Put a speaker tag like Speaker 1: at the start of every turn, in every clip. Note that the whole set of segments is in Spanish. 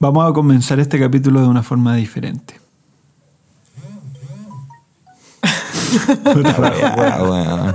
Speaker 1: Vamos a comenzar este capítulo de una forma diferente. Puta la wea.
Speaker 2: weón.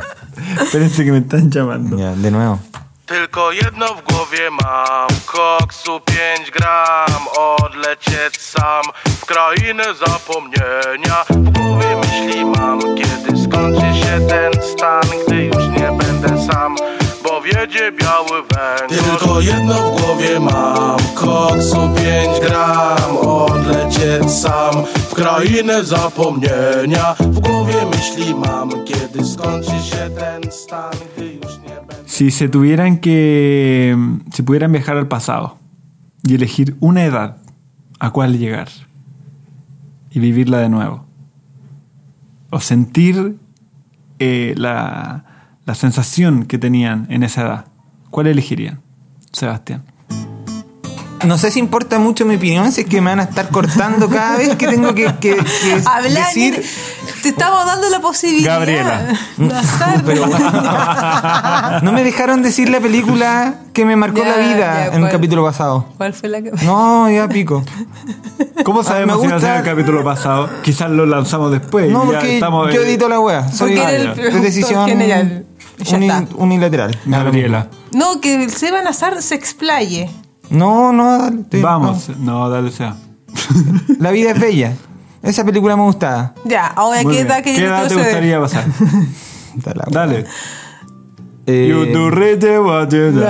Speaker 1: Espérense que me están llamando.
Speaker 2: Ya, de nuevo.
Speaker 3: Tylko jedno w głowie mam Koksu 5 gram Odlecieć sam W krainę zapomnienia W głowie myśli mam Kiedy skończy się ten stan Gdy już nie będę sam Bo wiedzie biały węgiel Tylko jedno w głowie mam Koksu 5 gram Odlecieć sam W krainę zapomnienia W głowie myśli mam Kiedy skończy się ten stan Gdy już nie będę
Speaker 1: Si se tuvieran que. Si pudieran viajar al pasado y elegir una edad a cuál llegar y vivirla de nuevo, o sentir eh, la, la sensación que tenían en esa edad, ¿cuál elegirían, Sebastián?
Speaker 2: No sé si importa mucho mi opinión, si es que me van a estar cortando cada vez que tengo que, que- que
Speaker 4: Hablar,
Speaker 2: decir.
Speaker 4: te, te estamos dando la posibilidad.
Speaker 1: Gabriela.
Speaker 4: de hacer-
Speaker 2: No me dejaron decir la película que me marcó
Speaker 4: Ya,
Speaker 2: la vida
Speaker 4: ya,
Speaker 2: en un
Speaker 4: ¿cuál?
Speaker 2: capítulo pasado.
Speaker 4: ¿Cuál fue la que.?
Speaker 2: No, ya pico.
Speaker 1: ¿Cómo
Speaker 2: Ah,
Speaker 1: sabemos
Speaker 2: me
Speaker 1: si va a ser el
Speaker 2: gusta-
Speaker 1: capítulo pasado? Quizás lo lanzamos después. y
Speaker 2: No,
Speaker 1: ya
Speaker 2: porque
Speaker 1: estamos,
Speaker 2: yo
Speaker 1: eh,
Speaker 2: edito la wea. Soy
Speaker 4: Porque era el
Speaker 2: es
Speaker 4: productor
Speaker 2: decisión
Speaker 4: general. Ya
Speaker 2: uni-
Speaker 4: está.
Speaker 2: unilateral.
Speaker 1: Gabriela.
Speaker 4: No, que el Seban Azar se explaye.
Speaker 2: No, no, dale, estoy-
Speaker 1: Vamos. No, dale, sea.
Speaker 2: no. La vida es bella. Esa película me gustaba.
Speaker 4: Ya, ahora
Speaker 1: Muy
Speaker 4: qué
Speaker 1: bien.
Speaker 4: edad que
Speaker 1: ¿Qué
Speaker 4: yo
Speaker 1: edad te
Speaker 4: retrocedo?
Speaker 1: gustaría pasar?
Speaker 2: Da la wea.
Speaker 1: Dale.
Speaker 2: Eh,
Speaker 1: You do read it, what you do.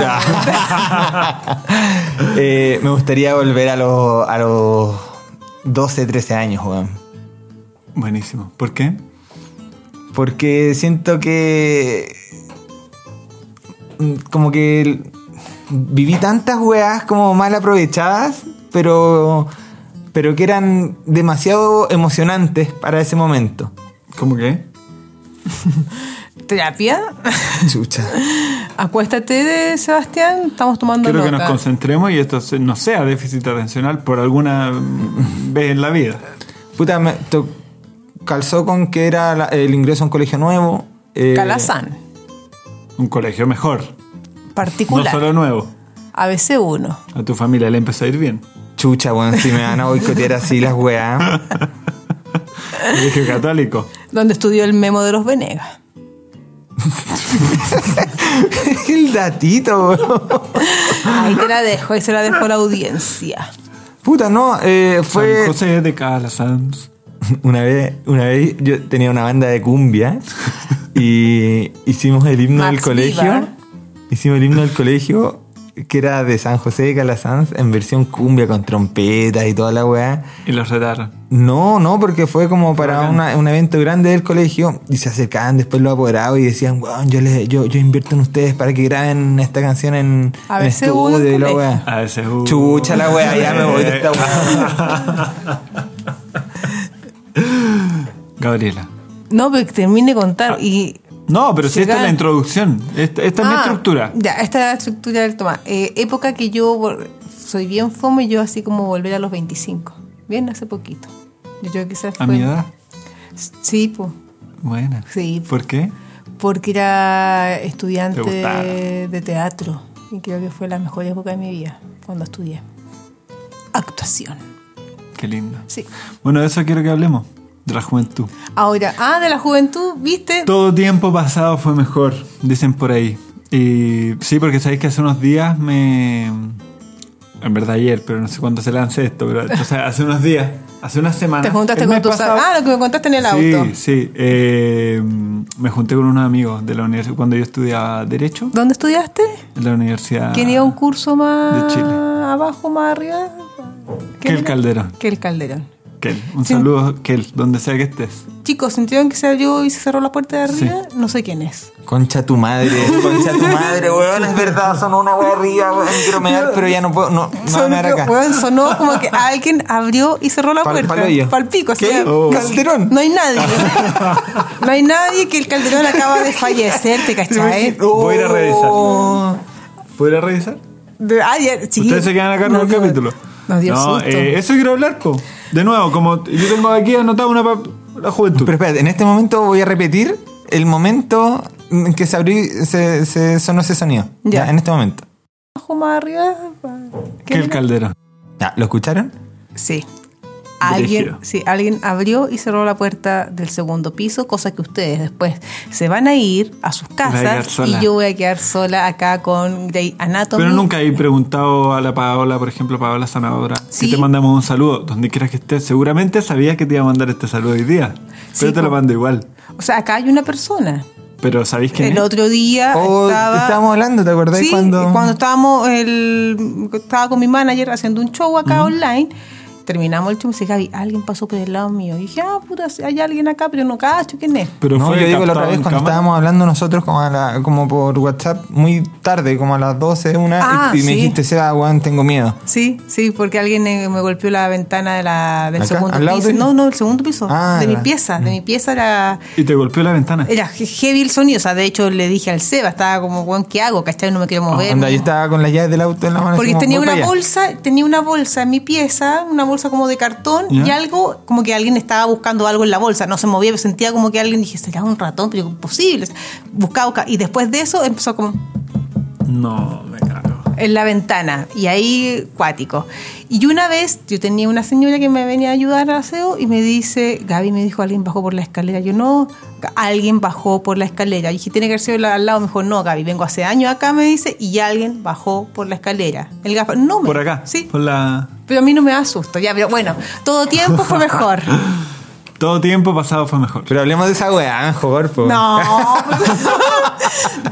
Speaker 2: eh, me gustaría volver a los a los 12, 13 años, weón.
Speaker 1: Buenísimo. ¿Por qué?
Speaker 2: Porque siento que. mm, Como que. el- Viví tantas weas como mal aprovechadas, pero. Pero que eran demasiado emocionantes para ese momento.
Speaker 1: ¿Cómo qué?
Speaker 4: ¿Terapia?
Speaker 2: Chucha.
Speaker 4: Acuéstate, de Sebastián. Estamos tomando
Speaker 1: Quiero que
Speaker 4: nota.
Speaker 1: nos concentremos y esto se- no sea déficit atencional por alguna mm, vez en la vida.
Speaker 2: Puta, me to- calzó con que era la- el ingreso a un colegio nuevo. eh,
Speaker 4: Calazán,
Speaker 1: Un colegio mejor. No
Speaker 4: particular.
Speaker 1: solo nuevo.
Speaker 4: ABC1.
Speaker 1: A tu familia le empezó a ir bien.
Speaker 2: Chucha, weón, si me van a boicotear así las weas.
Speaker 1: Colegio católico.
Speaker 4: donde estudió el memo de los Venegas.
Speaker 2: el datito, weón.
Speaker 4: Ahí te la dejo, ahí se la dejo a la audiencia.
Speaker 2: Puta, no, eh,
Speaker 1: San
Speaker 2: fue.
Speaker 1: José de Calasanz.
Speaker 2: Una vez, una vez yo tenía una banda de cumbia y hicimos el himno
Speaker 4: Max
Speaker 2: del colegio.
Speaker 4: Vivar.
Speaker 2: Hicimos el himno del colegio que era de San José de Calasanz en versión cumbia con trompetas y toda la weá.
Speaker 1: Y los retaron.
Speaker 2: No, no, porque fue como para
Speaker 1: Bacán.
Speaker 2: una- un evento grande del colegio y se acercaban después los apoderados y decían, weón, yo, les, yo, yo invierto en ustedes para que graben esta canción en,
Speaker 4: A
Speaker 2: en
Speaker 4: veces hubo
Speaker 2: estudio
Speaker 4: en
Speaker 2: y la
Speaker 4: colegio.
Speaker 2: weá.
Speaker 1: A veces hubo.
Speaker 2: Chucha la weá, ya me voy de esta weá.
Speaker 1: Gabriela.
Speaker 4: No, pero que termine de contar
Speaker 1: Ah.
Speaker 4: y.
Speaker 1: No, pero si esta es
Speaker 4: Llegar-
Speaker 1: la introducción. Esta, esta es mi
Speaker 4: Ah,
Speaker 1: estructura.
Speaker 4: Ya, esta es la estructura del toma. Eh, época que yo vol- soy bien fome, yo así como volver a los 25. Bien, hace poquito. Yo creo que esa fue.
Speaker 1: A mi edad.
Speaker 4: Sí, pues.
Speaker 1: Buena.
Speaker 4: Sí.
Speaker 1: ¿Por qué?
Speaker 4: Porque era
Speaker 1: Te gustaba.
Speaker 4: estudiante de teatro. Y creo que fue la mejor época de mi vida, cuando estudié. Actuación.
Speaker 1: Qué lindo.
Speaker 4: Sí.
Speaker 1: Bueno, de eso quiero que hablemos. De la juventud.
Speaker 4: Ahora, ah, de la juventud, ¿viste?
Speaker 1: Todo tiempo pasado fue mejor, dicen por ahí. Y sí, porque sabéis que hace unos días me. En verdad ayer, pero no sé cuándo se lance esto, pero o sea, hace unos días, hace unas semanas.
Speaker 4: Te juntaste
Speaker 1: el
Speaker 4: con
Speaker 1: mes
Speaker 4: tus
Speaker 1: pasado-
Speaker 4: Ah, lo que me contaste en el
Speaker 1: sí,
Speaker 4: auto.
Speaker 1: Sí, eh, me junté con unos amigos de la universidad cuando yo estudiaba Derecho
Speaker 4: ¿Dónde estudiaste?
Speaker 1: en la universidad.
Speaker 4: ¿Quién iba un curso más
Speaker 1: Ah, de Chile.
Speaker 4: abajo, más arriba?
Speaker 1: Kel Calderón.
Speaker 4: Que el Calderón.
Speaker 1: Kel, un
Speaker 4: Sí.
Speaker 1: saludo, Kel, donde sea que estés.
Speaker 4: Chicos, ¿sintieron que se abrió y se cerró la puerta de arriba? No sé quién es.
Speaker 2: Concha tu madre, concha tu madre, weón, es verdad, son una wea arriba, weón, quiero mear, pero ya no puedo, no, me voy a mear acá.
Speaker 4: Weón, sonó como que alguien abrió y cerró la
Speaker 2: Pal-
Speaker 4: puerta.
Speaker 2: palo yo.
Speaker 4: pico, así.
Speaker 2: ¿Qué?
Speaker 1: Oh.
Speaker 2: Calderón.
Speaker 4: No hay nadie. no hay nadie que el Calderón acaba de fallecer, ¿te cachai?
Speaker 1: Voy a ir a
Speaker 4: Oh.
Speaker 1: revisar. ¿Puedo ir a revisar?
Speaker 4: De- ah, ya, sí.
Speaker 1: Ustedes se quedan acá con
Speaker 4: Nos
Speaker 1: el
Speaker 4: dio-
Speaker 1: capítulo.
Speaker 4: Nos dio
Speaker 1: no,
Speaker 4: susto.
Speaker 1: eh, eso quiero hablar, po. De nuevo, como yo tengo aquí anotado una pa- la juventud.
Speaker 2: Pero espérate, en este momento voy a repetir el momento en que se abrió, se, se sonó ese sonido.
Speaker 4: Ya.
Speaker 2: Ya. en este momento.
Speaker 4: Abajo, más arriba. ¿quién
Speaker 1: que el
Speaker 4: era?
Speaker 1: Calderón.
Speaker 2: Ah, ¿Lo escucharon?
Speaker 4: Sí. Alguien,
Speaker 1: Brígido.
Speaker 4: sí, alguien abrió y cerró la puerta del segundo piso, cosa que ustedes después se van a ir a sus
Speaker 1: a quedar
Speaker 4: casas
Speaker 1: sola.
Speaker 4: y yo voy a quedar sola acá con Grey Anatomy.
Speaker 1: Pero nunca he preguntado a la Paola, por ejemplo, Paola Sanadora,
Speaker 4: Sí.
Speaker 1: que te mandamos un saludo, donde quieras que estés. Seguramente sabías que te iba a mandar este saludo hoy día,
Speaker 4: Sí,
Speaker 1: pero te lo
Speaker 4: po.
Speaker 1: mando igual.
Speaker 4: O sea, acá hay una persona.
Speaker 1: Pero ¿sabéis quién
Speaker 4: El
Speaker 1: es?
Speaker 4: otro día
Speaker 2: Oh,
Speaker 4: Ah, estaba-
Speaker 2: estábamos hablando, ¿te acordás?
Speaker 4: Sí,
Speaker 2: cuando...
Speaker 4: estábamos el, estaba con mi manager haciendo un show acá online. Terminamos el show y me dice, Gaby, alguien pasó por el lado mío. Y dije, ah, puta, hay alguien acá, pero no cacho, ¿quién es?
Speaker 1: Pero
Speaker 2: no,
Speaker 1: fue
Speaker 2: yo digo la otra
Speaker 1: captado
Speaker 2: vez
Speaker 1: en
Speaker 2: cuando
Speaker 1: cámara.
Speaker 2: estábamos hablando nosotros como, a la- como por WhatsApp muy tarde, como a las 12, una,
Speaker 4: Ah,
Speaker 2: y, y me
Speaker 4: sí.
Speaker 2: dijiste, Seba, weón, tengo miedo.
Speaker 4: Sí, sí, porque alguien eh, me golpeó la ventana de la, del
Speaker 2: ¿Acá?
Speaker 4: segundo
Speaker 2: ¿Al lado
Speaker 4: piso.
Speaker 2: tuyo?
Speaker 4: No, no, el segundo piso.
Speaker 2: Ah,
Speaker 4: de mi
Speaker 2: la-
Speaker 4: pieza. De mi pieza era,
Speaker 1: Y te golpeó la ventana.
Speaker 4: era he- heavy el sonido. O sea, de hecho le dije al Seba, estaba como, weón, ¿qué hago? ¿Cachai? No me quiero mover.
Speaker 2: Onda,
Speaker 4: no-
Speaker 2: yo estaba con las llaves del auto en la mano. así
Speaker 4: Porque
Speaker 2: como,
Speaker 4: tenía
Speaker 2: voy
Speaker 4: una
Speaker 2: para allá.
Speaker 4: bolsa, tenía una bolsa en mi pieza, una bolsa como de cartón
Speaker 1: ¿Ya?
Speaker 4: y algo, como que alguien estaba buscando algo en la bolsa, no se movía, pero sentía como que alguien dije, será un ratón, pero imposible. Buscaba, buscaba. Y después de eso empezó como
Speaker 1: No, me cago.
Speaker 4: en la ventana y ahí cuático. Y una vez yo tenía una señora que me venía a ayudar a aseo y me dice, Gaby me dijo, alguien bajó por la escalera. Yo no, alguien bajó por la escalera. Y dije, tiene que haber sido la- al lado. Me dijo, no, Gaby, vengo hace años acá, me dice, y alguien bajó por la escalera. El gafa, no me-
Speaker 1: Por acá.
Speaker 4: Sí.
Speaker 1: Por la...
Speaker 4: Pero a mí no me da susto, ya, pero bueno, todo tiempo fue mejor.
Speaker 1: Todo tiempo pasado fue mejor.
Speaker 2: Pero hablemos de esa weá, mejor, po.
Speaker 4: No,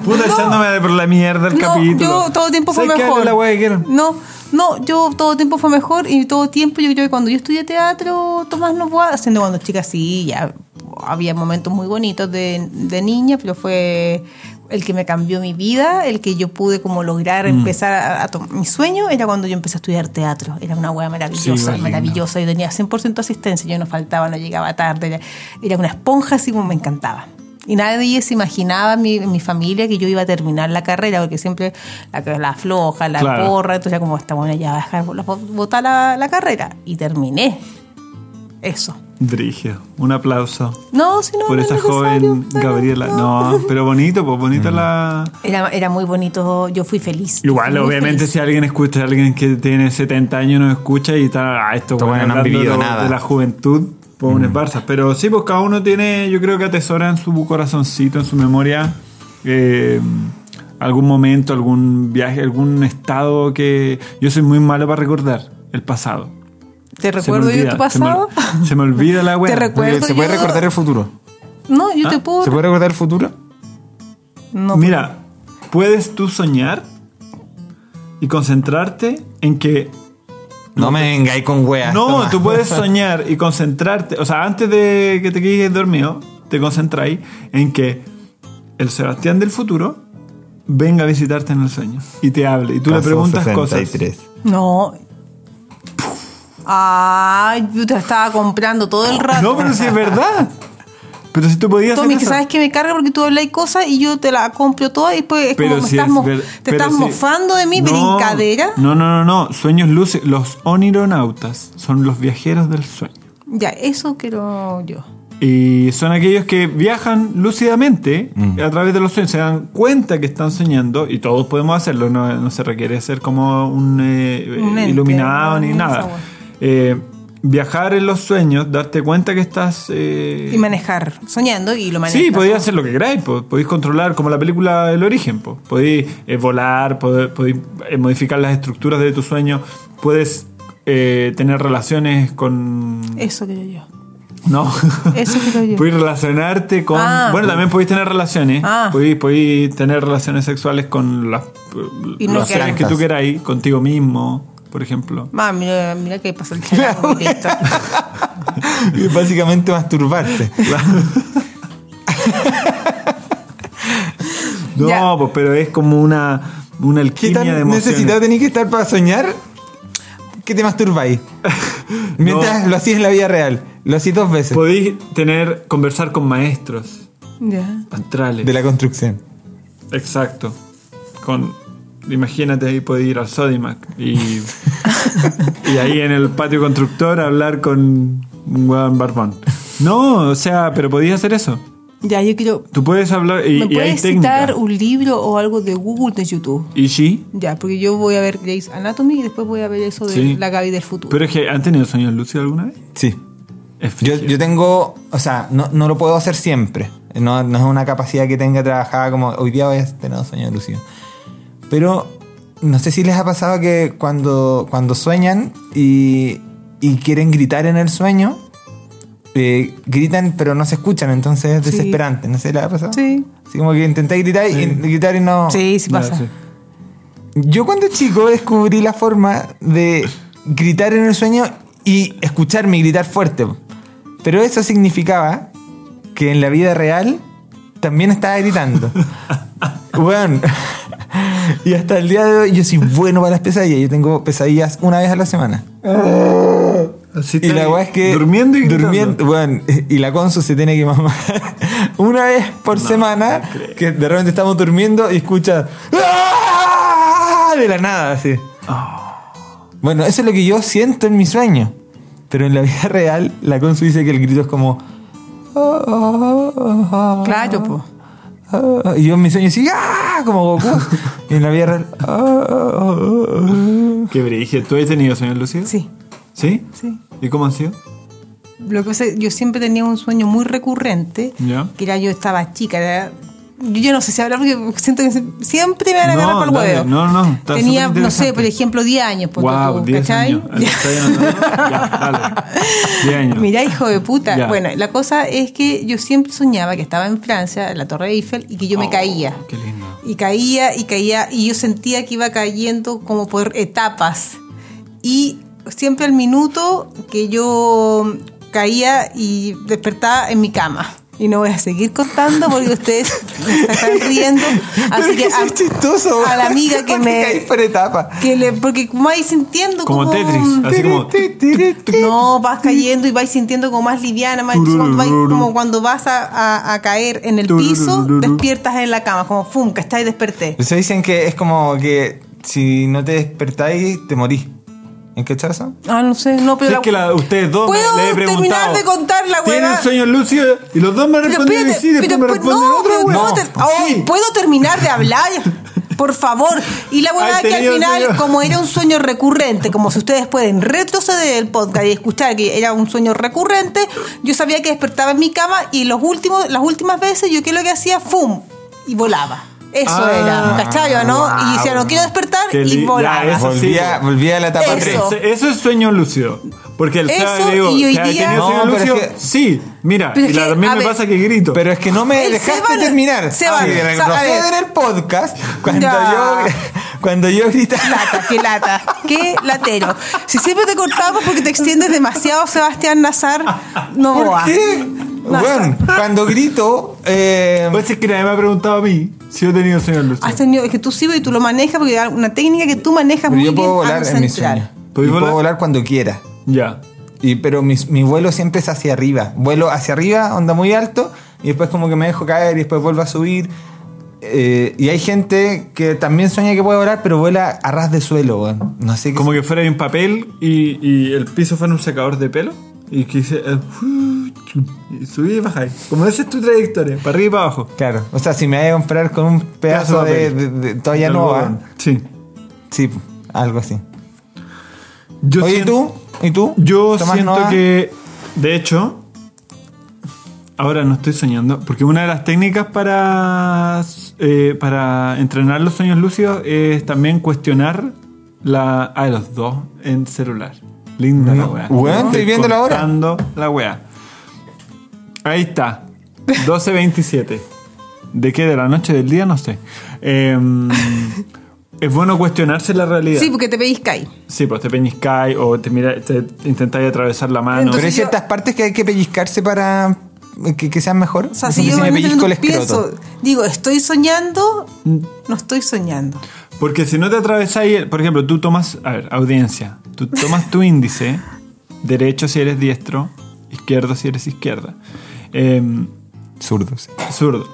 Speaker 1: Puta,
Speaker 4: No.
Speaker 1: echándome de por la mierda el
Speaker 4: no,
Speaker 1: capítulo.
Speaker 4: yo todo tiempo fue
Speaker 1: ¿Sabes qué? Habla
Speaker 4: mejor.
Speaker 1: la weá que quieran.
Speaker 4: no, no, yo todo tiempo fue mejor y todo tiempo yo creo que cuando yo estudié teatro, Tomás no fue haciendo cuando chica sí, ya había momentos muy bonitos de, de niña, pero fue el que me cambió mi vida, el que yo pude como lograr
Speaker 1: Mm.
Speaker 4: empezar a, a tomar mi sueño era cuando yo empecé a estudiar teatro, era una weá
Speaker 1: Sí,
Speaker 4: maravillosa,
Speaker 1: igual,
Speaker 4: maravillosa. O sea, yo tenía 100% asistencia, yo no faltaba, no llegaba tarde, era, era una esponja, así como me encantaba. Y nadie se imaginaba en mi, en mi familia que yo iba a terminar la carrera, porque siempre la, la floja, la
Speaker 1: Claro.
Speaker 4: porra, entonces era como, esta buena ya va a dejar, la- botar la, la carrera. Y terminé. Eso.
Speaker 1: Brigio, un aplauso
Speaker 4: No, si no,
Speaker 1: por
Speaker 4: no es
Speaker 1: esa
Speaker 4: necesario,
Speaker 1: joven
Speaker 4: no,
Speaker 1: Gabriela. No, pero bonito, pues bonita la...
Speaker 4: Era, era muy bonito, yo fui feliz. yo
Speaker 1: Igual,
Speaker 4: fui muy
Speaker 1: obviamente,
Speaker 4: feliz.
Speaker 1: si alguien escucha, alguien que tiene 70 años nos escucha y está, ah, estos
Speaker 2: Estos
Speaker 1: bueno,
Speaker 2: buenos no han vivido nada.
Speaker 1: de la juventud, pues unas Barça. Pero sí, pues cada uno tiene, yo creo que atesora en su corazoncito, en su memoria, eh, algún momento, algún viaje, algún estado que yo soy muy malo para recordar el pasado.
Speaker 4: ¿Te
Speaker 1: Se me
Speaker 4: recuerdo yo
Speaker 1: olvida,
Speaker 4: tu
Speaker 1: se me-
Speaker 4: pasado?
Speaker 1: Se me, olvida la wea.
Speaker 4: Te recu-
Speaker 2: Porque ¿Se puede
Speaker 4: yo-
Speaker 2: recordar el futuro?
Speaker 4: No, yo
Speaker 1: Ah,
Speaker 4: te
Speaker 2: ¿Se
Speaker 4: puedo.
Speaker 2: puede recordar el futuro?
Speaker 4: No,
Speaker 1: Mira, puedes tú soñar y concentrarte en que
Speaker 2: No me vengáis con weas.
Speaker 1: No,
Speaker 2: Ah, toma.
Speaker 1: tú puedes soñar y concentrarte. O sea, antes de que te quedes dormido, te concentráis en que el Sebastián del futuro venga a visitarte en el sueño y te hable. Y tú le
Speaker 2: Caso
Speaker 1: preguntas
Speaker 2: 63.
Speaker 1: cosas.
Speaker 4: No. Ay, yo te estaba comprando todo el rato.
Speaker 1: No, pero si es verdad. Pero si tú podías
Speaker 4: Tommy,
Speaker 1: hacer
Speaker 4: que
Speaker 1: eso.
Speaker 4: sabes que me carga porque tú hablas cosas y yo te la compro toda y después es como me
Speaker 1: si
Speaker 4: estás
Speaker 1: es
Speaker 4: mo-
Speaker 1: ver-
Speaker 4: te
Speaker 1: pero
Speaker 4: estás
Speaker 1: si-
Speaker 4: mofando de mi brincadera.
Speaker 1: No, no, no, no. Sueños luces. Los onironautas son los viajeros del sueño.
Speaker 4: Ya, eso quiero yo.
Speaker 1: Y son aquellos que viajan lúcidamente a través de los sueños, se dan cuenta que están soñando y todos podemos hacerlo, no, no se requiere ser como un, eh,
Speaker 4: Un ente,
Speaker 1: iluminado
Speaker 4: no,
Speaker 1: ni
Speaker 4: no,
Speaker 1: nada.
Speaker 4: esa hueá.
Speaker 1: Eh, viajar en los sueños, darte cuenta que estás... eh,
Speaker 4: Y manejar, soñando y lo manejo.
Speaker 1: Sí, podéis hacer lo que queráis, po. podéis controlar como la película El Origen, po. podéis eh, volar, pode- podéis eh, modificar las estructuras de tu sueño, puedes eh, tener relaciones con...
Speaker 4: Eso quiero yo.
Speaker 1: No.
Speaker 4: Eso quiero yo.
Speaker 1: Puedes relacionarte con.
Speaker 4: Ah.
Speaker 1: bueno, también podéis tener relaciones.
Speaker 4: Ah.
Speaker 1: Podéis, podéis tener relaciones sexuales con las
Speaker 4: Y no
Speaker 1: las
Speaker 4: quedan.
Speaker 1: que tú queráis, contigo mismo, por ejemplo.
Speaker 4: Ma, mira, mira que pasó el charango, listo.
Speaker 2: Y Básicamente masturbarse.
Speaker 1: No,
Speaker 4: Ya.
Speaker 1: pues, pero es como una, una
Speaker 2: ¿Qué
Speaker 1: alquimia de
Speaker 2: tan
Speaker 1: emociones.
Speaker 2: necesitado tenéis que estar para soñar? ¿Qué te masturbáis? Mientras lo hacías en la vida real. Lo hacías dos veces.
Speaker 1: Podéis tener, conversar con maestros,
Speaker 4: Ya.
Speaker 1: antrales.
Speaker 2: De la construcción.
Speaker 1: Exacto. Con. Imagínate ahí podéis ir al Sodimac y, y ahí en el patio constructor hablar con un weón barbón. No, o sea, pero podías hacer eso.
Speaker 4: Ya, yo quiero.
Speaker 1: Tú puedes hablar y,
Speaker 4: ¿Me
Speaker 1: y hay
Speaker 4: puedes
Speaker 1: técnica.
Speaker 4: citar un libro o algo de Google de YouTube?
Speaker 1: Y sí,
Speaker 4: Ya, porque yo voy a ver Grey's Anatomy y después voy a ver eso de
Speaker 1: Sí.
Speaker 4: la Gaby del futuro.
Speaker 1: pero es que ¿han tenido sueños lúcidos alguna vez?
Speaker 2: Sí.
Speaker 1: Es
Speaker 2: Yo,
Speaker 1: frígido.
Speaker 2: yo tengo, o sea, no, no lo puedo hacer siempre. No, no es una capacidad que tenga trabajada como hoy día voy a tener un sueño lúcido. Pero no sé si les ha pasado que cuando, cuando sueñan y, y quieren gritar en el sueño, eh, gritan pero no se escuchan, entonces es
Speaker 4: Sí.
Speaker 2: desesperante. ¿No sé les ha pasado?
Speaker 4: Sí.
Speaker 2: Así como que intenté gritar, y, gritar y no...
Speaker 4: Sí, sí
Speaker 1: Ya,
Speaker 4: pasa.
Speaker 1: sí.
Speaker 2: Yo cuando chico descubrí la forma de gritar en el sueño y escucharme gritar fuerte. Pero eso significaba que en la vida real también estaba gritando. Weón. Y hasta el día de hoy yo soy bueno para las pesadillas. Yo tengo pesadillas una vez a la semana.
Speaker 1: Así
Speaker 2: Y la
Speaker 1: está,
Speaker 2: weá es que.
Speaker 1: Durmiendo y gritando.
Speaker 2: durmiendo, weón, y la consu se tiene que mamar. Una vez por semana, que de repente estamos durmiendo y escucha. "¡Ah!", De la nada, así.
Speaker 1: Oh.
Speaker 2: Bueno, eso es lo que yo siento en mi sueño. Pero en la vida real, la consu dice que el grito es como. "Ah, ah, ah, ah".
Speaker 4: Claro, po.
Speaker 2: Ah, y yo en mi sueño así, "¡Ah!", como Goku. y en la vida real. "Ah, ah, ah, ah".
Speaker 1: Qué brillo. ¿Tú has tenido sueños lúcidos?
Speaker 4: Sí,
Speaker 1: ¿Sí?
Speaker 4: sí.
Speaker 1: ¿Y cómo han sido?
Speaker 4: Lo que pasa es que yo siempre tenía un sueño muy recurrente,
Speaker 1: Ya.
Speaker 4: que era yo estaba chica, era- yo ya no sé si hablar porque siento que se- siempre me van a
Speaker 1: No,
Speaker 4: agarrar por el
Speaker 1: dale,
Speaker 4: huevo.
Speaker 1: no, no, está
Speaker 4: Tenía, no sé,
Speaker 1: superinteresante.
Speaker 4: por ejemplo, 10 años, ponte
Speaker 1: wow,
Speaker 4: tú,
Speaker 1: 10
Speaker 4: ¿cachai?
Speaker 1: años. ¿Estás anotando? ya, dale. 10 años.
Speaker 4: Mirá, hijo de puta.
Speaker 1: Ya.
Speaker 4: Bueno, la cosa es que yo siempre soñaba que estaba en Francia, en la Torre Eiffel, y que yo me
Speaker 1: Oh,
Speaker 4: caía.
Speaker 1: Qué lindo.
Speaker 4: Y caía y caía, y yo sentía que iba cayendo como por etapas. Y siempre al minuto que yo caía y despertaba en mi cama. Y no voy a seguir contando porque ustedes se están riendo. Así
Speaker 2: Pero
Speaker 4: que
Speaker 2: es que
Speaker 4: a,
Speaker 2: es chistoso.
Speaker 4: a la amiga que
Speaker 2: Te caes
Speaker 4: me.
Speaker 2: por etapa.
Speaker 4: Que le, porque vais sintiendo como.
Speaker 1: Como Tetris, así como.
Speaker 4: No, vas cayendo y vais sintiendo como más liviana, más cuando vais- como cuando vas a, a- a caer en el piso, despiertas en la cama, como fum, ¿cachai? Desperté.
Speaker 2: Ustedes dicen que es como que si no te despertáis, te morís. ¿En qué chazo?
Speaker 4: Ah, no sé, no, pero
Speaker 1: Si
Speaker 4: la-
Speaker 1: es que la- ustedes dos me-
Speaker 4: ¿Puedo
Speaker 1: le he preguntado.
Speaker 4: terminar de contar la
Speaker 1: ¿Tienen
Speaker 4: hueá?
Speaker 1: sueños lúcidos? Y los dos me
Speaker 4: Pero
Speaker 1: responden que
Speaker 4: espérate,
Speaker 1: sí, después
Speaker 4: pero
Speaker 1: me
Speaker 4: pues,
Speaker 1: responden
Speaker 4: no,
Speaker 1: otra
Speaker 4: pero
Speaker 1: hueá.
Speaker 4: ¿puedo,
Speaker 1: No,
Speaker 4: ter- oh, Ay,
Speaker 1: sí.
Speaker 4: ¿puedo terminar de hablar? Por favor. Y la
Speaker 1: Ay,
Speaker 4: huevada que al
Speaker 1: tenía un
Speaker 4: final,
Speaker 1: sueño.
Speaker 4: como era un sueño recurrente, como si ustedes pueden retroceder el podcast y escuchar que era un sueño recurrente, yo sabía que despertaba en mi cama y los últimos, las últimas veces yo qué es lo que hacía, ¡fum! Y volaba. Eso
Speaker 1: Ah,
Speaker 4: era, ¿cachayo, no?
Speaker 2: wow.
Speaker 4: Y decía, no quiero despertar
Speaker 1: Qué li-
Speaker 4: y
Speaker 1: ya,
Speaker 4: volaba.
Speaker 1: eso sí.
Speaker 2: Volvía, volvía a la etapa
Speaker 4: Eso.
Speaker 2: 3.
Speaker 1: Eso. eso es sueño lúcido. Porque el
Speaker 4: Eso,
Speaker 1: sábado le digo,
Speaker 4: y hoy
Speaker 1: ¿que ha
Speaker 4: día-
Speaker 1: tenido
Speaker 2: No,
Speaker 1: sueño
Speaker 2: pero es
Speaker 1: lúcido?
Speaker 2: que-
Speaker 1: Sí, mira,
Speaker 4: Pero
Speaker 1: y
Speaker 4: es
Speaker 1: la,
Speaker 4: que,
Speaker 1: también
Speaker 4: a
Speaker 1: me
Speaker 4: ver,
Speaker 1: pasa que grito.
Speaker 2: Pero es que no me
Speaker 4: El
Speaker 2: dejaste
Speaker 4: Seba no-
Speaker 2: terminar. Ah,
Speaker 4: Seba
Speaker 2: Sí,
Speaker 4: no-
Speaker 2: de
Speaker 4: Seba, a ver.
Speaker 2: retroceder el podcast cuando
Speaker 4: Ya.
Speaker 2: yo cuando yo gritaba.
Speaker 4: Lata, qué lata, qué latero. Si siempre te cortamos porque te extiendes demasiado, Sebastián Nazar, no boa.
Speaker 2: ¿Qué?
Speaker 4: No,
Speaker 2: Bueno, cuando grito, eh,
Speaker 1: Pues es que nadie me ha preguntado a mí si yo he tenido sueños
Speaker 4: Has
Speaker 1: lúcidos.
Speaker 4: tenido- es que tú sí y tú lo manejas porque hay una técnica que tú manejas
Speaker 2: pero
Speaker 4: muy
Speaker 2: yo puedo
Speaker 4: bien
Speaker 2: volar
Speaker 4: ando
Speaker 2: en mi
Speaker 4: central.
Speaker 2: sueño. Y
Speaker 1: ¿Podéis volar?
Speaker 2: puedo volar cuando quiera.
Speaker 1: Ya.
Speaker 2: Y, pero mi, mi vuelo siempre es hacia arriba. Vuelo hacia arriba, onda muy alto, y después como que me dejo caer y después vuelvo a subir. Eh, y hay gente que también sueña que puede volar, pero vuela a ras de suelo, weón. No sé qué.
Speaker 1: Como que fuera de un papel y, y el piso fuera un secador de pelo. Y que hice, eh, y subí y bajé. Como esa es tu trayectoria, para arriba y para abajo.
Speaker 2: Claro. O sea, si me voy a comprar con un
Speaker 1: Pedazo
Speaker 2: pedazo
Speaker 1: de
Speaker 2: de,
Speaker 1: papel.
Speaker 2: de- de toalla nueva.
Speaker 1: Sí.
Speaker 2: Sí, algo así.
Speaker 1: Yo
Speaker 2: Oye, ¿y
Speaker 1: siento-
Speaker 2: tú? ¿Y tú?
Speaker 1: Yo
Speaker 2: ¿Tomas
Speaker 1: siento
Speaker 2: nota?
Speaker 1: que, de hecho, ahora no estoy soñando, porque una de las técnicas para, eh, para entrenar los sueños lúcidos es también cuestionar la, a los dos en celular. Linda la weá.
Speaker 2: Mm, Weón, estoy viéndolo ahora.
Speaker 1: contando la weá. Ahí está. 12.27. ¿De qué? ¿De la noche? ¿Del día? No sé. Em, es bueno cuestionarse la realidad.
Speaker 4: Sí, porque te pedís Kai.
Speaker 1: Sí, pues te peñiscáis o te, mira, te intentáis atravesar la mano.
Speaker 2: Pero hay
Speaker 4: Entonces yo-
Speaker 2: ciertas partes que hay que pellizcarse para eh, que, que sean mejor.
Speaker 4: O sea,
Speaker 2: Por
Speaker 4: si
Speaker 2: ejemplo, me
Speaker 4: yo
Speaker 2: pellizco
Speaker 4: realmente
Speaker 2: el
Speaker 4: no
Speaker 2: escroto.
Speaker 4: pienso, digo, estoy soñando, no estoy soñando.
Speaker 1: porque si no te atravesáis, el- por ejemplo, tú tomas, a ver, audiencia, tú tomas tu índice, derecho si eres diestro, izquierdo si eres izquierda, em,
Speaker 2: Zurdos.
Speaker 1: zurdo.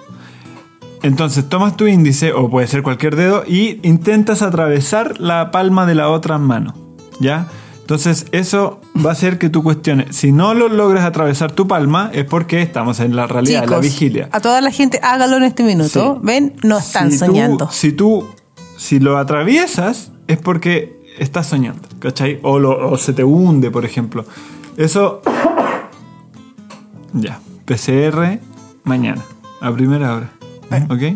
Speaker 1: Entonces tomas tu índice, o puede ser cualquier dedo, y intentas atravesar la palma de la otra mano, ¿ya? Entonces, eso va a hacer que tú cuestiones. Si no lo logras atravesar tu palma, es porque estamos en la realidad, la
Speaker 4: Chicos,
Speaker 1: vigilia.
Speaker 4: A toda la gente, hágalo en este minuto.
Speaker 1: Sí.
Speaker 4: Ven, no están
Speaker 1: Si tú-
Speaker 4: soñando.
Speaker 1: si tú, si lo atraviesas, es porque estás soñando, ¿cachai? O, lo- o se te hunde, por ejemplo. Eso. Ya. PCR mañana, a primera hora. ¿Ok?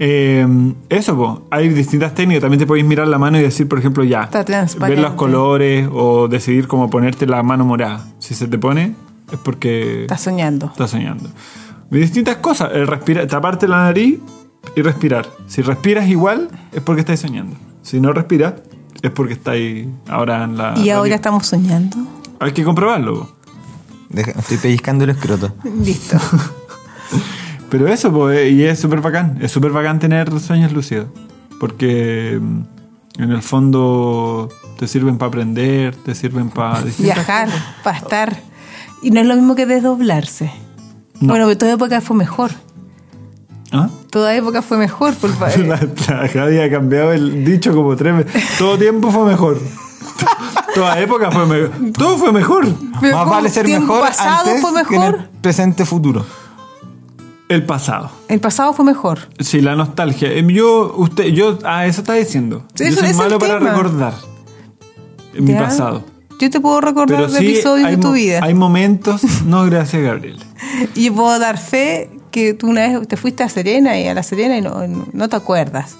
Speaker 1: Eh, eso, po. hay distintas técnicas. También te podéis mirar la mano y decir, por ejemplo, ya.
Speaker 4: Está transparente.
Speaker 1: Ver los colores o decidir cómo ponerte la mano morada. Si se te pone, es porque.
Speaker 4: Estás soñando.
Speaker 1: Estás soñando. Y distintas cosas. El respira, taparte la nariz y respirar. Si respiras igual, es porque estáis soñando. Si no respiras, es porque estáis ahora en la.
Speaker 4: y ahora
Speaker 1: realidad.
Speaker 4: estamos soñando.
Speaker 1: Hay que comprobarlo. po.
Speaker 2: Deja- estoy pellizcando el escroto.
Speaker 4: Listo.
Speaker 1: Pero eso, po, eh, y es súper bacán. Es súper bacán tener sueños lúcidos. Porque mm, en el fondo te sirven para aprender, te sirven para.
Speaker 4: Viajar, pastar. Y no es lo mismo que desdoblarse.
Speaker 1: No.
Speaker 4: Bueno, pero toda época fue mejor. Toda época fue mejor, por eh, favor.
Speaker 1: ¿Ah? La, la Javi ha cambiado el dicho como tres veces. Todo tiempo fue mejor. Toda época fue mejor. Todo fue mejor.
Speaker 4: Pero
Speaker 2: Más
Speaker 4: ¿cómo?
Speaker 2: vale ser
Speaker 4: ¿Tiempo
Speaker 2: mejor
Speaker 4: pasado
Speaker 2: antes
Speaker 4: fue
Speaker 2: que en el
Speaker 4: mejor?
Speaker 2: presente futuro.
Speaker 1: El pasado.
Speaker 4: El pasado fue mejor.
Speaker 1: Sí, la nostalgia. Em, Yo, usted, yo, ah, eso está diciendo.
Speaker 4: Sí,
Speaker 1: yo
Speaker 4: eso
Speaker 1: soy
Speaker 4: es el
Speaker 1: malo para
Speaker 4: tema.
Speaker 1: recordar mi
Speaker 4: ¿Ya?
Speaker 1: pasado.
Speaker 4: Yo te puedo recordar
Speaker 1: Pero
Speaker 4: de
Speaker 1: sí,
Speaker 4: episodios
Speaker 1: hay
Speaker 4: de tu
Speaker 1: mo-
Speaker 4: vida.
Speaker 1: Hay momentos, no gracias, Gabriel.
Speaker 4: Y yo puedo dar fe que tú una vez te fuiste a Serena y a la Serena y no, no te acuerdas.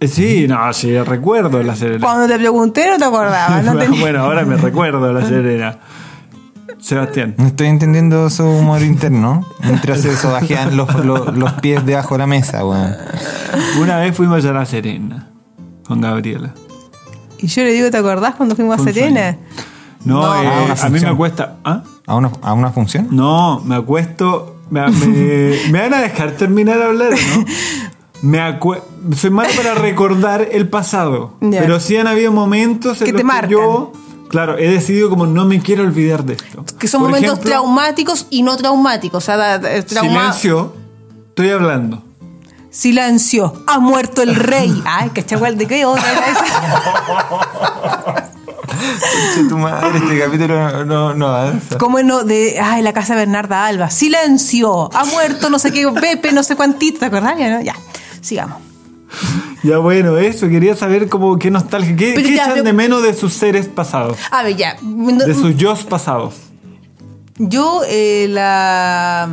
Speaker 1: Eh, Sí, no, sí, recuerdo la Serena.
Speaker 4: Cuando te pregunté no te acordabas. No tenías-
Speaker 1: bueno, ahora me recuerdo la Serena. Sebastián.
Speaker 2: No estoy entendiendo su humor interno. Mientras se sobajean los, los- los pies debajo de la mesa, weón.
Speaker 1: Una vez fuimos a la Serena con Gabriela.
Speaker 4: Y yo le digo, ¿te acordás cuando fuimos a
Speaker 1: Fue un
Speaker 4: Serena?
Speaker 1: No,
Speaker 4: No.
Speaker 1: eh,
Speaker 2: Ah, una
Speaker 1: a mí me
Speaker 2: función.
Speaker 1: cuesta. ¿Ah?
Speaker 2: ¿A una, a una función?
Speaker 1: No, me acuesto. Me, me- me van a dejar terminar de hablar, ¿no? Me acue- Soy malo para recordar el pasado.
Speaker 4: Ya.
Speaker 1: Pero sí han habido momentos en
Speaker 4: Que
Speaker 1: los
Speaker 4: te
Speaker 1: que
Speaker 4: marcan.
Speaker 1: yo. Claro, he decidido como no me quiero olvidar de esto.
Speaker 4: Que son
Speaker 1: Por
Speaker 4: momentos
Speaker 1: ejemplo,
Speaker 4: traumáticos y no traumáticos. O sea, da- da- trauma-
Speaker 1: Silencio. Estoy hablando.
Speaker 4: Silencio. Ha muerto el rey. Ay, cachagual, ¿de qué otra era esa?
Speaker 2: Che, tu madre, este capítulo no, no avanza.
Speaker 4: ¿Cómo no? De, ay, la casa de Bernarda Alba. Silencio. Ha muerto no sé qué Pepe, no sé cuántito. ¿Te acordás? Ya, ¿no? ya. sigamos.
Speaker 1: Ya bueno, eso. Quería saber como qué nostalgia. ¿Qué,
Speaker 4: Pero
Speaker 1: qué
Speaker 4: ya,
Speaker 1: echan
Speaker 4: pero- mm.
Speaker 1: de menos de sus seres pasados?
Speaker 4: A ver, ya.
Speaker 1: De sus yos pasados.
Speaker 4: Yo, eh, la,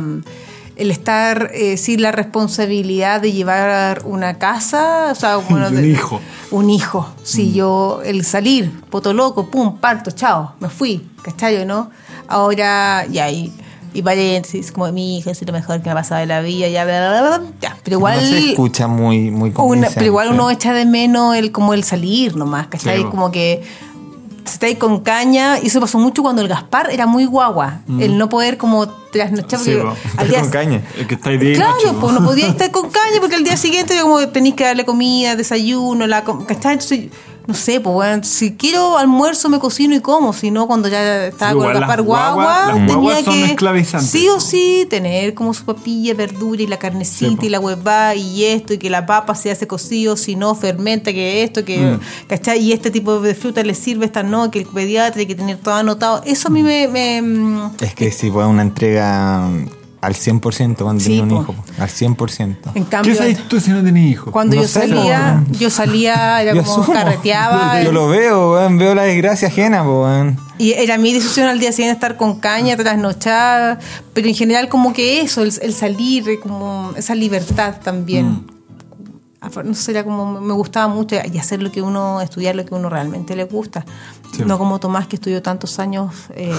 Speaker 4: el estar eh, sin la responsabilidad de llevar una casa, o sea, bueno,
Speaker 1: Un
Speaker 4: de-
Speaker 1: hijo.
Speaker 4: Un hijo. Si yo, el salir, poto loco, pum, parto, chao, me fui, ¿cachayo, no? Ahora, ya, y, y paréntesis, como mi hija es lo mejor que me ha pasado de la vida, ya, bla, bla, bla, bla, ya. Pero igual.
Speaker 2: No se escucha muy, muy
Speaker 4: Una-
Speaker 2: convincente.
Speaker 4: pero igual uno echa de menos el como el salir nomás, ¿cachai?
Speaker 1: Sí, po.
Speaker 4: como que se está ahí con caña, y eso pasó mucho cuando el Gaspar era muy guagua, el no poder como trasnochar
Speaker 1: Mm. Sí,
Speaker 4: porque
Speaker 1: po.
Speaker 2: Estar con caña.
Speaker 1: El que está ahí día y
Speaker 4: Claro,
Speaker 1: noche, ¿no?
Speaker 4: pues no podía estar con caña porque al día siguiente era como que tenéis que darle comida, desayuno, la com- ¿cachai? Entonces, no sé, pues bueno, si quiero almuerzo me cocino y como, si no cuando ya estaba
Speaker 1: Sí,
Speaker 4: con el
Speaker 1: igual las
Speaker 4: Gaspar guagua,
Speaker 1: guaguas- las guaguas
Speaker 4: tenía
Speaker 1: son
Speaker 4: que
Speaker 1: esclavizantes.
Speaker 4: sí o sí tener como su papilla, verdura y la
Speaker 1: Sí,
Speaker 4: carnecita
Speaker 1: po.
Speaker 4: y la huevada y esto y que la papa se hace cocido, si no fermenta, que esto, que
Speaker 1: Mm.
Speaker 4: ¿cachai? Y este tipo de fruta le sirve, esta no, que el pediatra hay que tener todo anotado. Eso a mí me, me, mm,
Speaker 2: Es que si fue una entrega mm, al 100% cuando
Speaker 4: Sí,
Speaker 2: tenía un
Speaker 4: po.
Speaker 2: hijo. Al 100%.
Speaker 4: en
Speaker 1: ¿Qué
Speaker 4: cambio
Speaker 1: sabes tú si no tenés hijos?
Speaker 4: Cuando
Speaker 2: No
Speaker 4: yo
Speaker 2: sé,
Speaker 4: salía,
Speaker 2: po.
Speaker 4: yo salía, era
Speaker 2: Yo
Speaker 4: como
Speaker 2: asumo.
Speaker 4: carreteaba.
Speaker 2: Yo lo veo, weón. Veo la desgracia ajena, po, weón.
Speaker 4: Y era mi decisión al día siguiente estar con caña, trasnochada. Pero en general, como que eso, el, el salir, eh, como esa libertad
Speaker 2: Mm.
Speaker 4: también. Af- No sé, era como me gustaba mucho y hacer lo que uno, estudiar lo que uno realmente le gusta. No como Tomás, que estudió tantos años eh,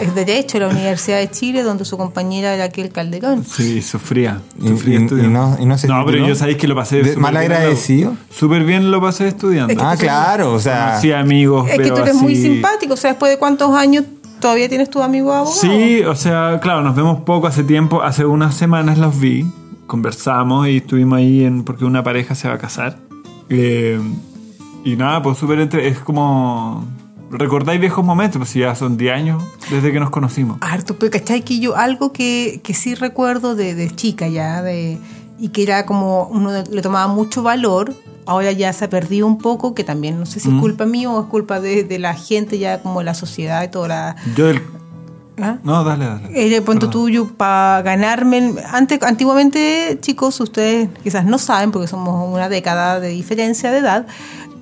Speaker 4: es Derecho en la Universidad de Chile, donde su compañera era aquel Calderón.
Speaker 1: Sí, sufría.
Speaker 2: Y-
Speaker 1: sufría
Speaker 2: y-
Speaker 1: estudiando.
Speaker 2: y no- y no se tituló.
Speaker 1: pero yo sabéis que lo pasé
Speaker 2: De-
Speaker 1: súper bien.
Speaker 2: malagradecido.
Speaker 1: lo- Súper bien lo pasé estudiando.
Speaker 4: Es que
Speaker 2: Ah,
Speaker 4: tú-
Speaker 2: claro, o sea.
Speaker 1: sí, amigos.
Speaker 4: Es que
Speaker 1: pero
Speaker 4: tú eres muy
Speaker 1: así-
Speaker 4: simpático, o sea, después de cuántos años todavía tienes tu amigo abogado.
Speaker 1: Sí, o sea, claro, nos vemos poco hace tiempo. Hace unas semanas los vi, conversamos y estuvimos ahí en, porque una pareja se va a casar. Eh, y nada, pues súper entre- Es como. Recordáis viejos momentos, pues si ya son 10 años desde que nos conocimos.
Speaker 4: Harto, pero ¿cachai? Que yo algo que, que sí recuerdo de, de chica ya, de, y que era como uno le tomaba mucho valor, ahora ya se ha perdido un poco, que también no sé si es culpa mía o es culpa de, de la gente, ya como la sociedad y toda la...
Speaker 1: Yo del-
Speaker 4: ¿Ah?
Speaker 1: No, dale, dale.
Speaker 4: Era el punto
Speaker 1: Perdón.
Speaker 4: tuyo para ganarme. el- Antes, antiguamente, chicos, ustedes quizás no saben, porque somos una década de diferencia de edad.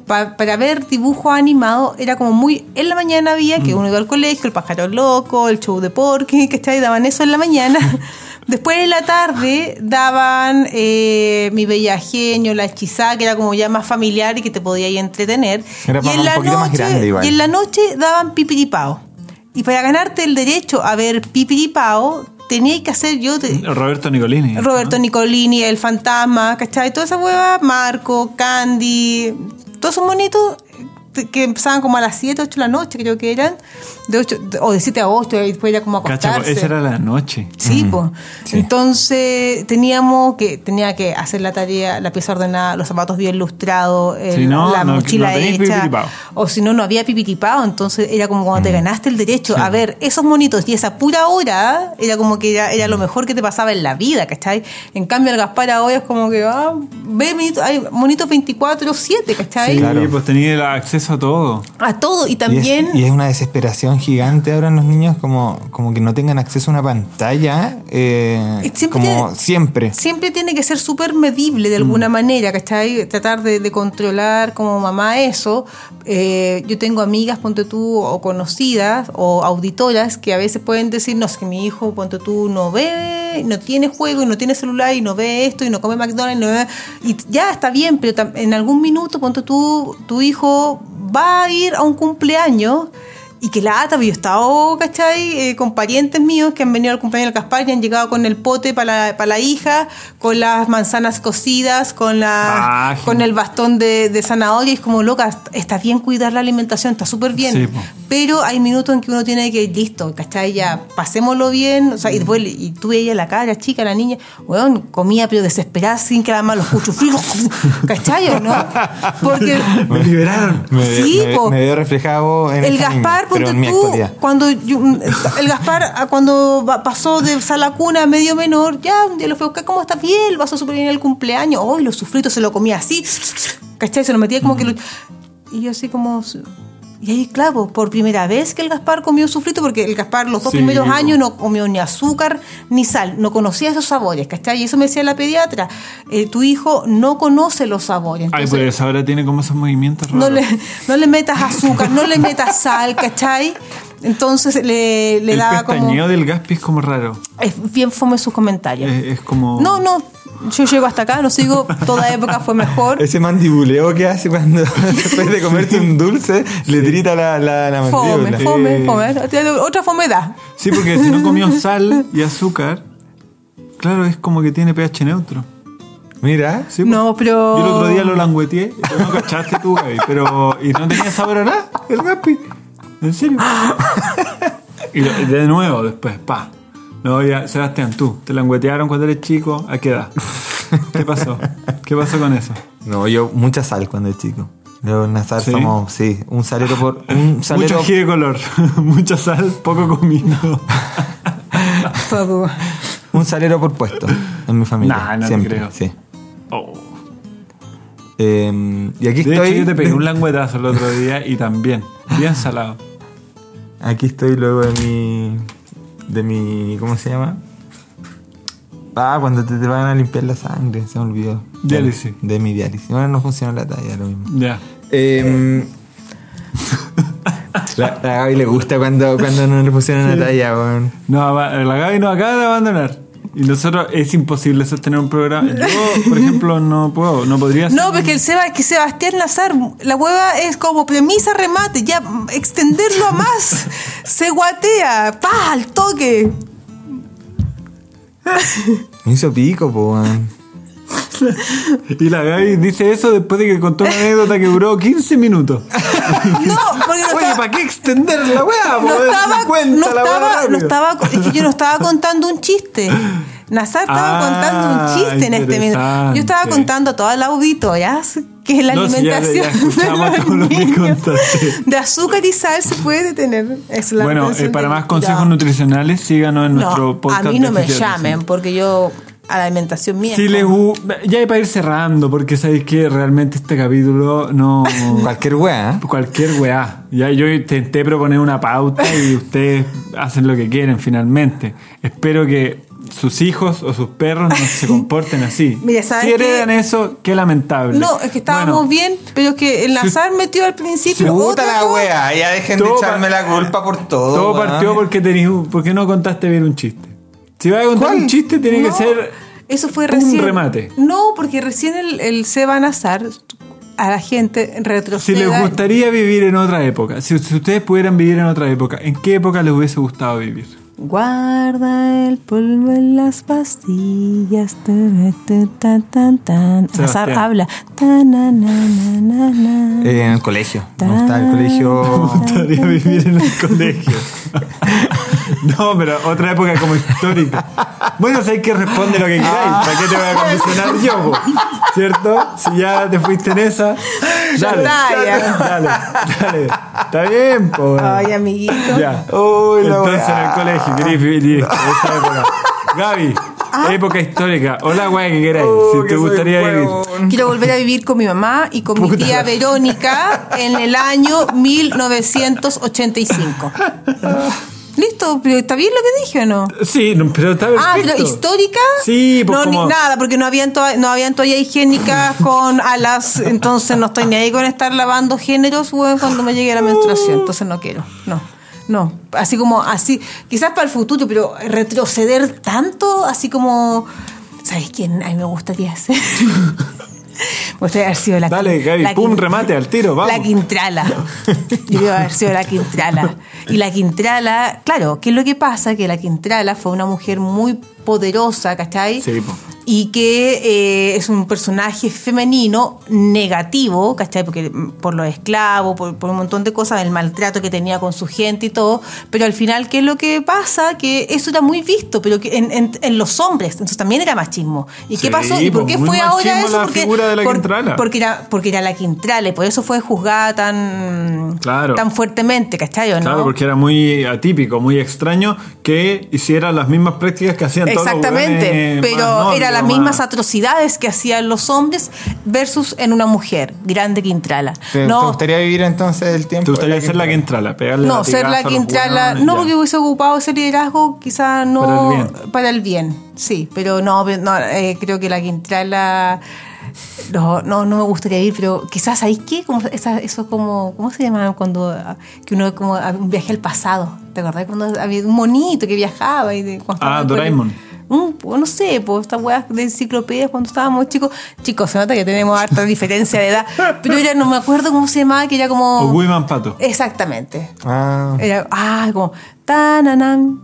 Speaker 4: pa- para ver dibujo animado era como muy. En la mañana había
Speaker 2: Mm.
Speaker 4: que uno iba al colegio, el pájaro loco, el show de Porky, ¿cachai? Daban eso en la mañana. Después en la tarde daban eh, Mi Bella Genio, La Hechizada, que era como ya más familiar y que te podía ahí entretener.
Speaker 2: Era
Speaker 4: y
Speaker 2: para
Speaker 4: en
Speaker 2: un
Speaker 4: la
Speaker 2: poquito más
Speaker 4: noche-
Speaker 2: grande igual.
Speaker 4: y en la noche daban pipiripao. Y para ganarte el derecho a ver pipiripao, tenía que hacer yo te-
Speaker 1: Roberto Nicolini.
Speaker 4: Roberto Nicolini, El Fantasma, ¿cachai? Toda esa hueva, Marco, Candy, todos esos monitos te- que empezaban como a las 7, 8 de la noche, creo que eran, de ocho- o de 7 a 8, y después era como a
Speaker 1: Cacha, pues,
Speaker 4: acostarse.
Speaker 1: esa era la noche.
Speaker 4: Sí, pues.
Speaker 2: sí.
Speaker 4: Entonces teníamos que tenía que hacer la tarea, la pieza ordenada, los zapatos bien lustrados, el-
Speaker 1: Si no,
Speaker 4: la
Speaker 1: no-
Speaker 4: mochila
Speaker 1: no tenéis
Speaker 4: hecha.
Speaker 1: pipiripao. Mm.
Speaker 4: O si no, no había pipitipao. Entonces era como cuando te ganaste el derecho a ver esos monitos y esa pura hora, era como que era, era lo mejor que te pasaba en la vida, ¿cachai? En cambio, el Gaspar ahora es como que, ah, ve monito- hay monitos 24-7, ¿cachai?
Speaker 1: Sí,
Speaker 2: Claro.
Speaker 1: pues tenía el acceso a todo.
Speaker 4: A todo. Y
Speaker 2: Y es-
Speaker 4: también.
Speaker 2: Y es, una desesperación gigante ahora en los niños, como, como que no tengan acceso a una pantalla, eh,
Speaker 4: Y siempre
Speaker 2: como
Speaker 4: tiene-
Speaker 2: siempre. Mm.
Speaker 4: siempre tiene que ser súper medible de alguna manera, ¿cachai? Tratar de, de controlar como mamá eso. Eh, yo tengo amigas, ponte tú, o conocidas, o auditoras, que a veces pueden decir, no, es que mi hijo, ponte tú, no ve, no tiene juego, y no tiene celular, y no ve esto, y no come McDonald's, y no ve- Y ya está bien, pero tam- en algún minuto, ponte tú, tu hijo va a ir a un cumpleaños y que lata, pues yo he estado, ¿cachai? Eh, con parientes míos que han venido al cumpleaños del Caspar y han llegado con el pote para la, para la hija, con las manzanas cocidas, con la
Speaker 1: Bajen.
Speaker 4: con el bastón de, de zanahoria. Y es como, loca, est- está bien cuidar la alimentación, está súper bien.
Speaker 1: Sí, po.
Speaker 4: Pero hay minutos en que uno tiene que, listo, ¿cachai? Ya, pasémoslo bien. O sea, y, después, y tú ella, la cara, chica, la niña, weón, comía pero desesperada sin que la mamá los cuchufriros, ¿cachai o no? Porque...
Speaker 1: Me liberaron.
Speaker 2: Me,
Speaker 4: Sí,
Speaker 2: me-
Speaker 4: po.
Speaker 2: me veo reflejado en
Speaker 4: El
Speaker 2: ese anime,
Speaker 4: Gaspar,
Speaker 2: pero
Speaker 4: ponte
Speaker 2: en mi
Speaker 4: tú,
Speaker 2: actualidad.
Speaker 4: cuando yo- el Gaspar ah, cuando va- pasó de sala cuna a medio menor, ya un día lo fue a buscar, ¿cómo está bien? Lo pasó súper bien el cumpleaños, hoy los sufritos se lo comía así, ¿cachai? Se lo metía como que
Speaker 2: Mm.
Speaker 4: lo- Y yo así como... Y ahí, claro, por primera vez que el Gaspar comió sufrito, porque el Gaspar los dos
Speaker 1: Sí.
Speaker 4: primeros años no comió ni azúcar ni sal, no conocía esos sabores, ¿cachai? Y eso me decía la pediatra, eh, tu hijo no conoce los sabores.
Speaker 1: Ay,
Speaker 4: entonces-
Speaker 1: por eso ahora tiene como esos movimientos
Speaker 4: no
Speaker 1: raros.
Speaker 4: le, no le metas azúcar, no le metas sal, ¿cachai? Entonces le, le
Speaker 1: el
Speaker 4: daba como.
Speaker 1: pestañeo del Gaspi es como raro.
Speaker 4: Es bien fome sus comentarios.
Speaker 1: Es, es como...
Speaker 4: No, no, yo llego hasta acá, lo sigo, toda época fue mejor.
Speaker 2: Ese mandibuleo que hace cuando después de comerte un dulce le trita la, la, la
Speaker 4: Fome,
Speaker 2: mandíbula.
Speaker 4: fome,
Speaker 1: Eh.
Speaker 4: fome. Otra fomedad.
Speaker 1: Sí, porque si no comió sal y azúcar, claro, es como que tiene pH neutro.
Speaker 2: Mira,
Speaker 1: Sí,
Speaker 4: No,
Speaker 1: pues.
Speaker 4: pero-
Speaker 1: Yo el otro
Speaker 2: Oh.
Speaker 1: día lo langueteé, y tú no cachaste tú, Gaby, pero... Y no tenía sabor a nada, el Gaspi. En serio. Y lo- de nuevo, después, pa. No, ya, Sebastián, tú, te languetearon cuando eres chico, ¿a qué edad? ¿Qué pasó? ¿Qué pasó con eso?
Speaker 2: No, yo mucha sal cuando era chico. Yo en la sal
Speaker 1: ¿Sí?
Speaker 2: somos, sí, un salero por. Un salero.
Speaker 1: Mucho ají de color, mucha sal, poco comido.
Speaker 4: Todo.
Speaker 2: Un salero por puesto en mi familia.
Speaker 1: Nah, no te
Speaker 2: siempre,
Speaker 1: creo.
Speaker 2: sí.
Speaker 1: Oh.
Speaker 2: Eh, y aquí
Speaker 1: De
Speaker 2: estoy.
Speaker 1: hecho, yo te pegué un languetazo el otro día y también, bien salado.
Speaker 2: Aquí estoy luego de mi. De mi. ¿Cómo se llama? Ah, cuando te, te van a limpiar la sangre, se me olvidó.
Speaker 1: Diálisis.
Speaker 2: De, mi diálisis. Ahora no funciona la talla, lo mismo.
Speaker 1: Ya. Em,
Speaker 2: Eh, la, la Gaby le gusta cuando, cuando no le pusieron la talla, weón.
Speaker 1: No, va- la Gaby nos acaba de abandonar. Y nosotros es imposible sostener un programa. Yo, por ejemplo, no puedo, no podría
Speaker 4: No, porque el Seba, que Sebastián Lazar, la hueva es como premisa remate, ya mm, extenderlo a más, se guatea, pa, al toque.
Speaker 2: Me hizo pico, po, weón.
Speaker 1: Y la Gaby dice eso después de que contó una anécdota que duró 15 minutos.
Speaker 4: No, porque no
Speaker 1: Oye,
Speaker 4: estaba-
Speaker 1: ¿para qué extender la weá?
Speaker 4: no estaba, no
Speaker 1: la weá
Speaker 4: estaba, no
Speaker 1: rápido.
Speaker 4: estaba, es que yo no estaba contando un chiste. Nazar estaba
Speaker 1: Ah,
Speaker 4: contando un chiste en este minuto. Yo estaba
Speaker 1: interesante.
Speaker 4: contando a todas las auditoras que la
Speaker 1: No, si ya- ya
Speaker 4: alimentación
Speaker 1: escuchamos
Speaker 4: de,
Speaker 1: todo lo
Speaker 4: los
Speaker 1: que
Speaker 4: niños
Speaker 1: contaste.
Speaker 4: de azúcar y sal se puede detener. Es la
Speaker 1: Bueno,
Speaker 4: alimentación
Speaker 1: eh, para
Speaker 4: de-
Speaker 1: más consejos
Speaker 4: Ya.
Speaker 1: nutricionales, síganos en
Speaker 4: No,
Speaker 1: nuestro podcast.
Speaker 4: a mí no
Speaker 1: de
Speaker 4: me
Speaker 1: Fisiología.
Speaker 4: llamen porque yo a la alimentación mía.
Speaker 1: Si les gu- ya hay para ir cerrando, porque sabéis que realmente este capítulo no.
Speaker 2: Cualquier weá. ¿eh?
Speaker 1: cualquier weá. Ya yo intenté proponer una pauta y ustedes hacen lo que quieren finalmente. Espero que sus hijos o sus perros no se comporten así.
Speaker 4: Mira, ¿sabes
Speaker 1: si heredan
Speaker 4: qué?
Speaker 1: eso, qué lamentable.
Speaker 4: No, es que estábamos
Speaker 1: Bueno,
Speaker 4: bien, pero es que el azar metió al principio.
Speaker 2: Puta
Speaker 4: otra
Speaker 2: la
Speaker 4: cosa.
Speaker 2: weá. Ya dejen de
Speaker 1: Todo
Speaker 2: echarme
Speaker 1: par-
Speaker 2: la culpa por todo.
Speaker 1: Todo
Speaker 2: weón.
Speaker 1: partió porque tenés, un- porque no contaste bien un chiste. Si vas a contar
Speaker 2: ¿Cuál?
Speaker 1: un chiste, tiene que
Speaker 4: No,
Speaker 1: ser.
Speaker 4: Eso fue
Speaker 1: un
Speaker 4: recién.
Speaker 1: remate.
Speaker 4: No, porque recién el, el Seba Nazar a la gente
Speaker 1: Si
Speaker 4: retrocede.
Speaker 1: les gustaría vivir en otra época, si, si ustedes pudieran vivir en otra época, ¿en qué época les hubiese gustado vivir?
Speaker 4: Guarda el polvo en las pastillas. tu, tu, tan, tan, tan. Azar
Speaker 1: Sebastián.
Speaker 4: habla. Ta, na, na, na, na, na.
Speaker 2: Eh, en el colegio. Me gustaba el colegio.
Speaker 1: gustaría vivir en el colegio. No, pero otra época como histórica. Bueno, sabéis que responde lo que queráis.
Speaker 4: Ah.
Speaker 1: ¿Para qué te voy a condicionar yo? po? ¿Cierto? Si ya te fuiste en esa,
Speaker 4: Ya
Speaker 1: dale.
Speaker 4: está, ya.
Speaker 1: Dale, dale. Está bien, po.
Speaker 4: Ay, amiguito.
Speaker 1: Ya.
Speaker 2: Uy, la
Speaker 1: Entonces en
Speaker 2: weá.
Speaker 1: el colegio, querés vivir esa época. Gaby,
Speaker 4: Ah.
Speaker 1: época histórica. Hola, weá, que queráis.
Speaker 4: Uh,
Speaker 2: Oh,
Speaker 1: si te
Speaker 2: que soy
Speaker 1: gustaría vivir.
Speaker 2: huevón.
Speaker 4: Quiero volver a vivir con mi mamá y con mi
Speaker 1: Puta
Speaker 4: tía
Speaker 1: la-
Speaker 4: Verónica en el año 1985. Listo, pero ¿está bien lo que dije o no?
Speaker 1: Sí, no, pero está perfecto.
Speaker 4: Ah, pero histórica.
Speaker 1: Sí, pues
Speaker 4: no, ni-
Speaker 1: como-
Speaker 4: nada, porque no habían, toa- no habían toallas higiénicas con alas, entonces no estoy ni ahí con estar lavando géneros weón, cuando me llegue la menstruación, entonces no quiero, no. No, así como así, quizás para el futuro, pero retroceder tanto, así como, ¿sabes quién? A mí me gustaría ser. me gustaría haber sido la
Speaker 1: Dale, Gaby,
Speaker 4: la
Speaker 1: pum,
Speaker 4: quin-
Speaker 1: remate al tiro, vamos.
Speaker 4: La Quintrala. Yo iba a haber sido la Quintrala. Y la Quintrala, claro, ¿qué es lo que pasa? Que la Quintrala fue una mujer muy poderosa, ¿cachai?
Speaker 1: Sí, po.
Speaker 4: Y que eh, es un personaje femenino negativo, ¿cachai? Porque mm, por los esclavos, por, por un montón de cosas, el maltrato que tenía con su gente y todo. Pero al final, ¿qué es lo que pasa? Que eso era muy visto, pero que en, en- en los hombres, entonces también era machismo. ¿Y
Speaker 1: Sí,
Speaker 4: qué pasó? ¿Y por
Speaker 1: po,
Speaker 4: qué
Speaker 1: muy
Speaker 4: fue ahora
Speaker 1: machismo
Speaker 4: eso?
Speaker 1: la
Speaker 4: porque,
Speaker 1: figura de la
Speaker 4: por-
Speaker 1: Quintrala.
Speaker 4: porque era, porque era la Quintrala y por eso fue juzgada tan,
Speaker 1: Claro.
Speaker 4: tan fuertemente, ¿cachai? ¿O no?
Speaker 1: Claro, porque era muy atípico, muy extraño que hiciera las mismas prácticas que hacían todos los
Speaker 4: Exactamente,
Speaker 1: hueones más
Speaker 4: pero
Speaker 1: nobles
Speaker 4: eran las
Speaker 1: o
Speaker 4: mismas
Speaker 1: más-
Speaker 4: atrocidades que hacían los hombres versus en una mujer, grande Quintrala.
Speaker 2: ¿Te, te
Speaker 4: no,
Speaker 2: gustaría vivir entonces el tiempo?
Speaker 1: ¿Te gustaría
Speaker 2: de la
Speaker 1: ser la que
Speaker 2: Quintrala?
Speaker 1: entrala? Pegarle
Speaker 4: no ser
Speaker 1: latigazos
Speaker 4: la
Speaker 1: a los
Speaker 4: Quintrala,
Speaker 1: hueones,
Speaker 4: no
Speaker 1: ya.
Speaker 4: porque hubiese ocupado ese liderazgo, quizá no
Speaker 1: Para el bien.
Speaker 4: para el bien, sí, pero no, pero no, eh, creo que la Quintrala... No, no, no me gustaría ir, pero quizás ahí qué, como esa- eso como, ¿cómo se llama cuando ah, que uno como ah, un viaje al pasado? ¿Te acordás cuando había un monito que viajaba y de, cuando estaba en el
Speaker 1: Ah, Doraemon.
Speaker 4: colegio? Mm, pues, no sé, pues estas weas de enciclopedias cuando estábamos chicos, chicos, se nota que tenemos harta diferencia de edad, pero era, no me acuerdo cómo se llamaba, que era como
Speaker 1: O Wiman Pato.
Speaker 4: Eh, Exactamente.
Speaker 2: Ah.
Speaker 4: Era, ah, como tananam,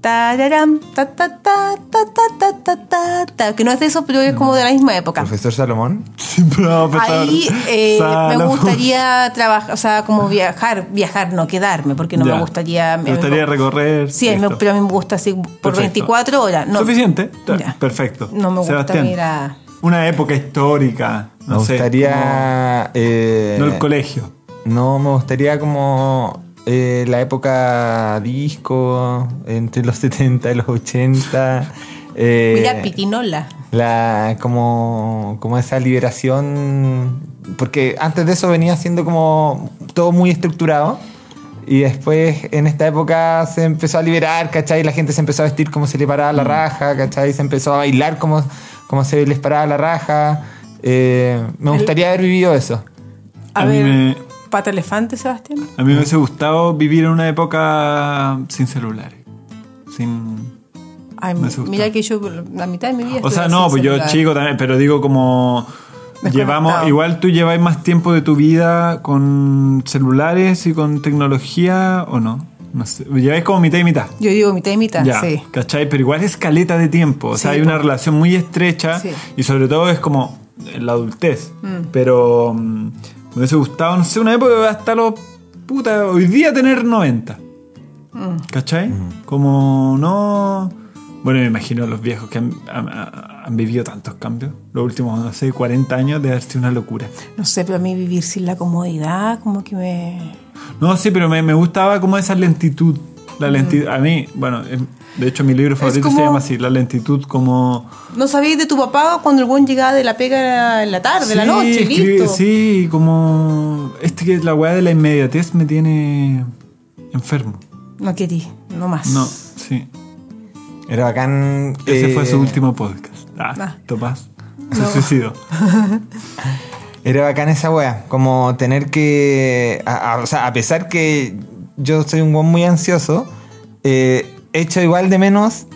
Speaker 4: tararam, ta ta ta ta ta ta ta ta ta, que no es de eso, pero es como de la misma época.
Speaker 2: Profesor Salomón.
Speaker 4: Ahí eh, me gustaría trabajar, o sea, como viajar, viajar, no quedarme, porque no me gustaría. eh,
Speaker 1: Me gustaría recorrer.
Speaker 4: Sí, a mí me-
Speaker 1: Listo.
Speaker 4: pero a mí me gusta así por
Speaker 1: Perfecto.
Speaker 4: 24 horas. No,
Speaker 1: Suficiente. Ta-
Speaker 4: Ya.
Speaker 1: Perfecto.
Speaker 4: No me gusta
Speaker 1: Sebastián,
Speaker 4: ir a-
Speaker 1: Una época histórica. No
Speaker 2: me
Speaker 1: sé,
Speaker 2: gustaría. eh,
Speaker 1: como- no el colegio.
Speaker 2: No, me gustaría como eh, la época disco, entre los 70 y los 80. eh,
Speaker 4: Mira, Pitinola.
Speaker 2: la, como, como esa liberación, porque antes de eso venía siendo como todo muy estructurado. Y después en esta época se empezó a liberar, ¿cachai? La gente se empezó a vestir como se le paraba la
Speaker 1: Mm.
Speaker 2: raja, ¿cachai? Se empezó a bailar como, como se les paraba la raja. Eh, me gustaría haber vivido eso.
Speaker 4: A,
Speaker 1: A mí
Speaker 4: ver,
Speaker 1: me-
Speaker 4: pata elefante, Sebastián.
Speaker 1: A mí me hubiese gustado vivir en una época sin celulares. Sin.
Speaker 4: Ay,
Speaker 1: Me asustó.
Speaker 4: mira que yo la mitad de mi vida.
Speaker 1: O sea,
Speaker 4: estuve
Speaker 1: no,
Speaker 4: sin
Speaker 1: pues yo
Speaker 4: celular.
Speaker 1: chico también, pero digo como. Llevamos,
Speaker 4: Desconectado.
Speaker 1: igual tú lleváis más tiempo de tu vida con celulares y con tecnología o no? No sé. Lleváis como mitad y mitad.
Speaker 4: Yo digo mitad y mitad,
Speaker 1: Ya,
Speaker 4: sí.
Speaker 1: ¿Cachai? Pero igual es caleta de tiempo. O sea,
Speaker 4: Sí,
Speaker 1: hay una
Speaker 4: po.
Speaker 1: relación muy estrecha
Speaker 4: Sí.
Speaker 1: y sobre todo es como la adultez. Pero mm, me hubiese gustado, no sé, una época hasta los puta, hoy día tener 90.
Speaker 4: Mm.
Speaker 1: ¿Cachai? Como no. Bueno, me imagino los viejos que han, han- han vivido tantos cambios. Los últimos, no sé, 40 años de haber sido una locura.
Speaker 4: No sé, pero a mí vivir sin la comodidad, como que me.
Speaker 1: No, sí, pero me, me gustaba como esa lentitud. La lentitud, a mí, bueno, em, de hecho mi libro favorito se
Speaker 4: Mm. como-
Speaker 1: llama así, La lentitud como...
Speaker 4: No sabías de tu papá cuando el buen llegaba de la pega en la tarde, en la noche,
Speaker 1: escribe-
Speaker 4: listo.
Speaker 1: Sí, como... Este que es la weá de la inmediatez me tiene enfermo.
Speaker 4: No querí, no más.
Speaker 1: No, sí.
Speaker 2: Era bacán.
Speaker 1: Ese
Speaker 2: eh,
Speaker 1: fue su último podcast. Ah,
Speaker 4: Ah.
Speaker 1: Tomás. Se suicidó.
Speaker 2: Era bacán esa wea. Como tener que. a- a- o sea, a pesar que yo soy un weón muy ansioso, eh, echo igual de menos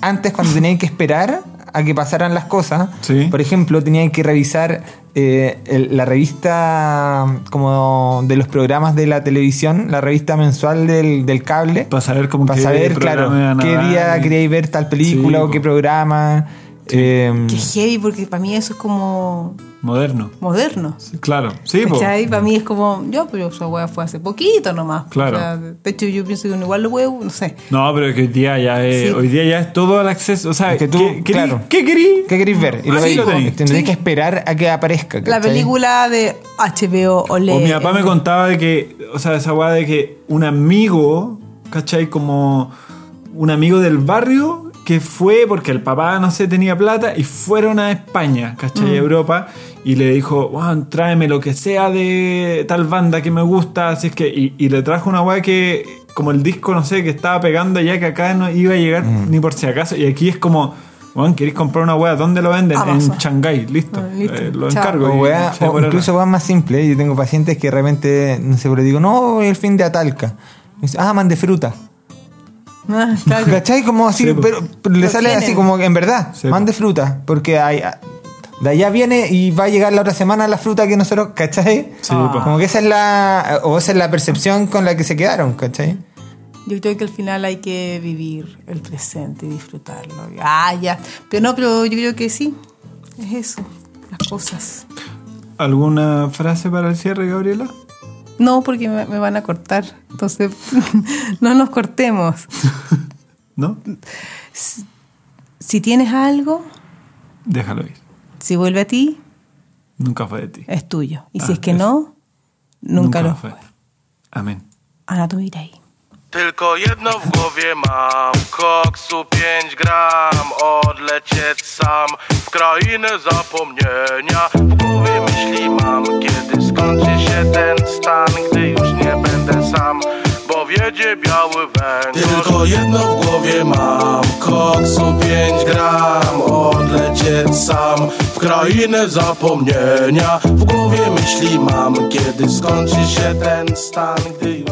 Speaker 2: antes cuando tenía que esperar a que pasaran las cosas.
Speaker 1: Sí.
Speaker 2: Por ejemplo, tenía que revisar eh, el- la revista como de los programas de la televisión, la revista mensual del, del cable.
Speaker 1: Para saber cómo
Speaker 2: Para
Speaker 1: qué
Speaker 2: saber,
Speaker 1: programa
Speaker 2: claro,
Speaker 1: iban a
Speaker 2: qué
Speaker 1: dar
Speaker 2: día
Speaker 1: y-
Speaker 2: queríais ver tal película
Speaker 1: Sí,
Speaker 2: o qué
Speaker 1: po.
Speaker 2: programa. Eh,
Speaker 4: Qué heavy, porque para mí eso es como
Speaker 1: Moderno.
Speaker 4: moderno.
Speaker 1: Sí, Claro. Sí, po.
Speaker 4: ¿Cachai? Para mí es como, yo, pero esa weá fue hace poquito nomás.
Speaker 1: Claro.
Speaker 4: O sea, de hecho, yo pienso que uno igual lo puede, no sé.
Speaker 1: No, pero que hoy día ya es,
Speaker 4: Sí.
Speaker 1: hoy día ya es todo al acceso. O sea,
Speaker 2: Es que tú,
Speaker 1: ¿qué, querí-
Speaker 2: claro.
Speaker 1: ¿qué querí?
Speaker 2: ¿Qué queréis ver? Y
Speaker 1: Ah,
Speaker 2: lo
Speaker 1: sí,
Speaker 2: veis.
Speaker 1: lo tenéis.
Speaker 2: Tendréis
Speaker 4: Sí.
Speaker 2: que esperar a que aparezca.
Speaker 4: La
Speaker 2: ¿cachai?
Speaker 4: película de HBO o E.
Speaker 1: O mi papá me contaba de que, o sea, esa weá de que un amigo, ¿cachai? Como un amigo del barrio que fue porque el papá, no sé, tenía plata y fueron a España,
Speaker 4: Mm.
Speaker 1: ¿cachai? Europa y le dijo, Juan, tráeme lo que sea de tal banda que me gusta, así es que, y, y le trajo una weá que, como el disco, no sé, que estaba pegando allá, que acá no iba a llegar
Speaker 2: Mm.
Speaker 1: ni por si acaso, y aquí es como... Juan, ¿queréis comprar una weá? ¿Dónde lo venden?
Speaker 4: Amazon.
Speaker 1: En Shanghái, listo.
Speaker 4: Ah, listo.
Speaker 1: Eh, lo
Speaker 4: Chao.
Speaker 1: encargo.
Speaker 2: O,
Speaker 1: y
Speaker 2: weá,
Speaker 1: se
Speaker 2: o
Speaker 1: demorará.
Speaker 2: incluso weá más simple. ¿eh? Yo tengo pacientes que realmente, no sé, pero digo, no, el fin de Atalca. Me dice, ah, mande fruta.
Speaker 4: Ah, claro.
Speaker 2: ¿Cachai? Como así,
Speaker 1: Sí, po.
Speaker 2: pero, pero le
Speaker 4: Lo
Speaker 2: sale
Speaker 4: tienen.
Speaker 2: así como en verdad,
Speaker 1: Sí, pues. po.
Speaker 2: mande fruta. Porque hay- de allá viene y va a llegar la otra semana la fruta que nosotros, ¿cachai?
Speaker 1: Sí, pues.
Speaker 4: Ah.
Speaker 1: po.
Speaker 2: Como que esa es la, o esa es la percepción con la que se quedaron, ¿cachai?
Speaker 4: Yo creo que al final hay que vivir el presente y disfrutarlo. Ah, ya. Pero no, pero yo creo que sí. Es eso, las cosas.
Speaker 1: ¿Alguna frase para el cierre, Gabriela?
Speaker 4: No, porque me, me van a cortar. Entonces, no nos cortemos.
Speaker 1: ¿No?
Speaker 4: Si tienes algo,
Speaker 1: Déjalo ir.
Speaker 4: si vuelve a ti,
Speaker 1: Nunca fue de ti.
Speaker 4: es tuyo. Y
Speaker 1: Ah,
Speaker 4: si es que
Speaker 1: eso.
Speaker 4: no, nunca, lo
Speaker 1: fue.
Speaker 4: fue.
Speaker 1: Amén.
Speaker 4: Ana, tú mira ahí.
Speaker 3: Tylko jedno w głowie mam Koksu 5 gram Odlecieć sam W krainę zapomnienia W głowie myśli mam Kiedy skończy się ten stan Gdy już nie będę sam Bo wiedzie biały węgorz Tylko jedno w głowie mam Koksu 5 gram Odlecieć sam W krainę zapomnienia W głowie myśli mam Kiedy skończy się ten stan Gdy już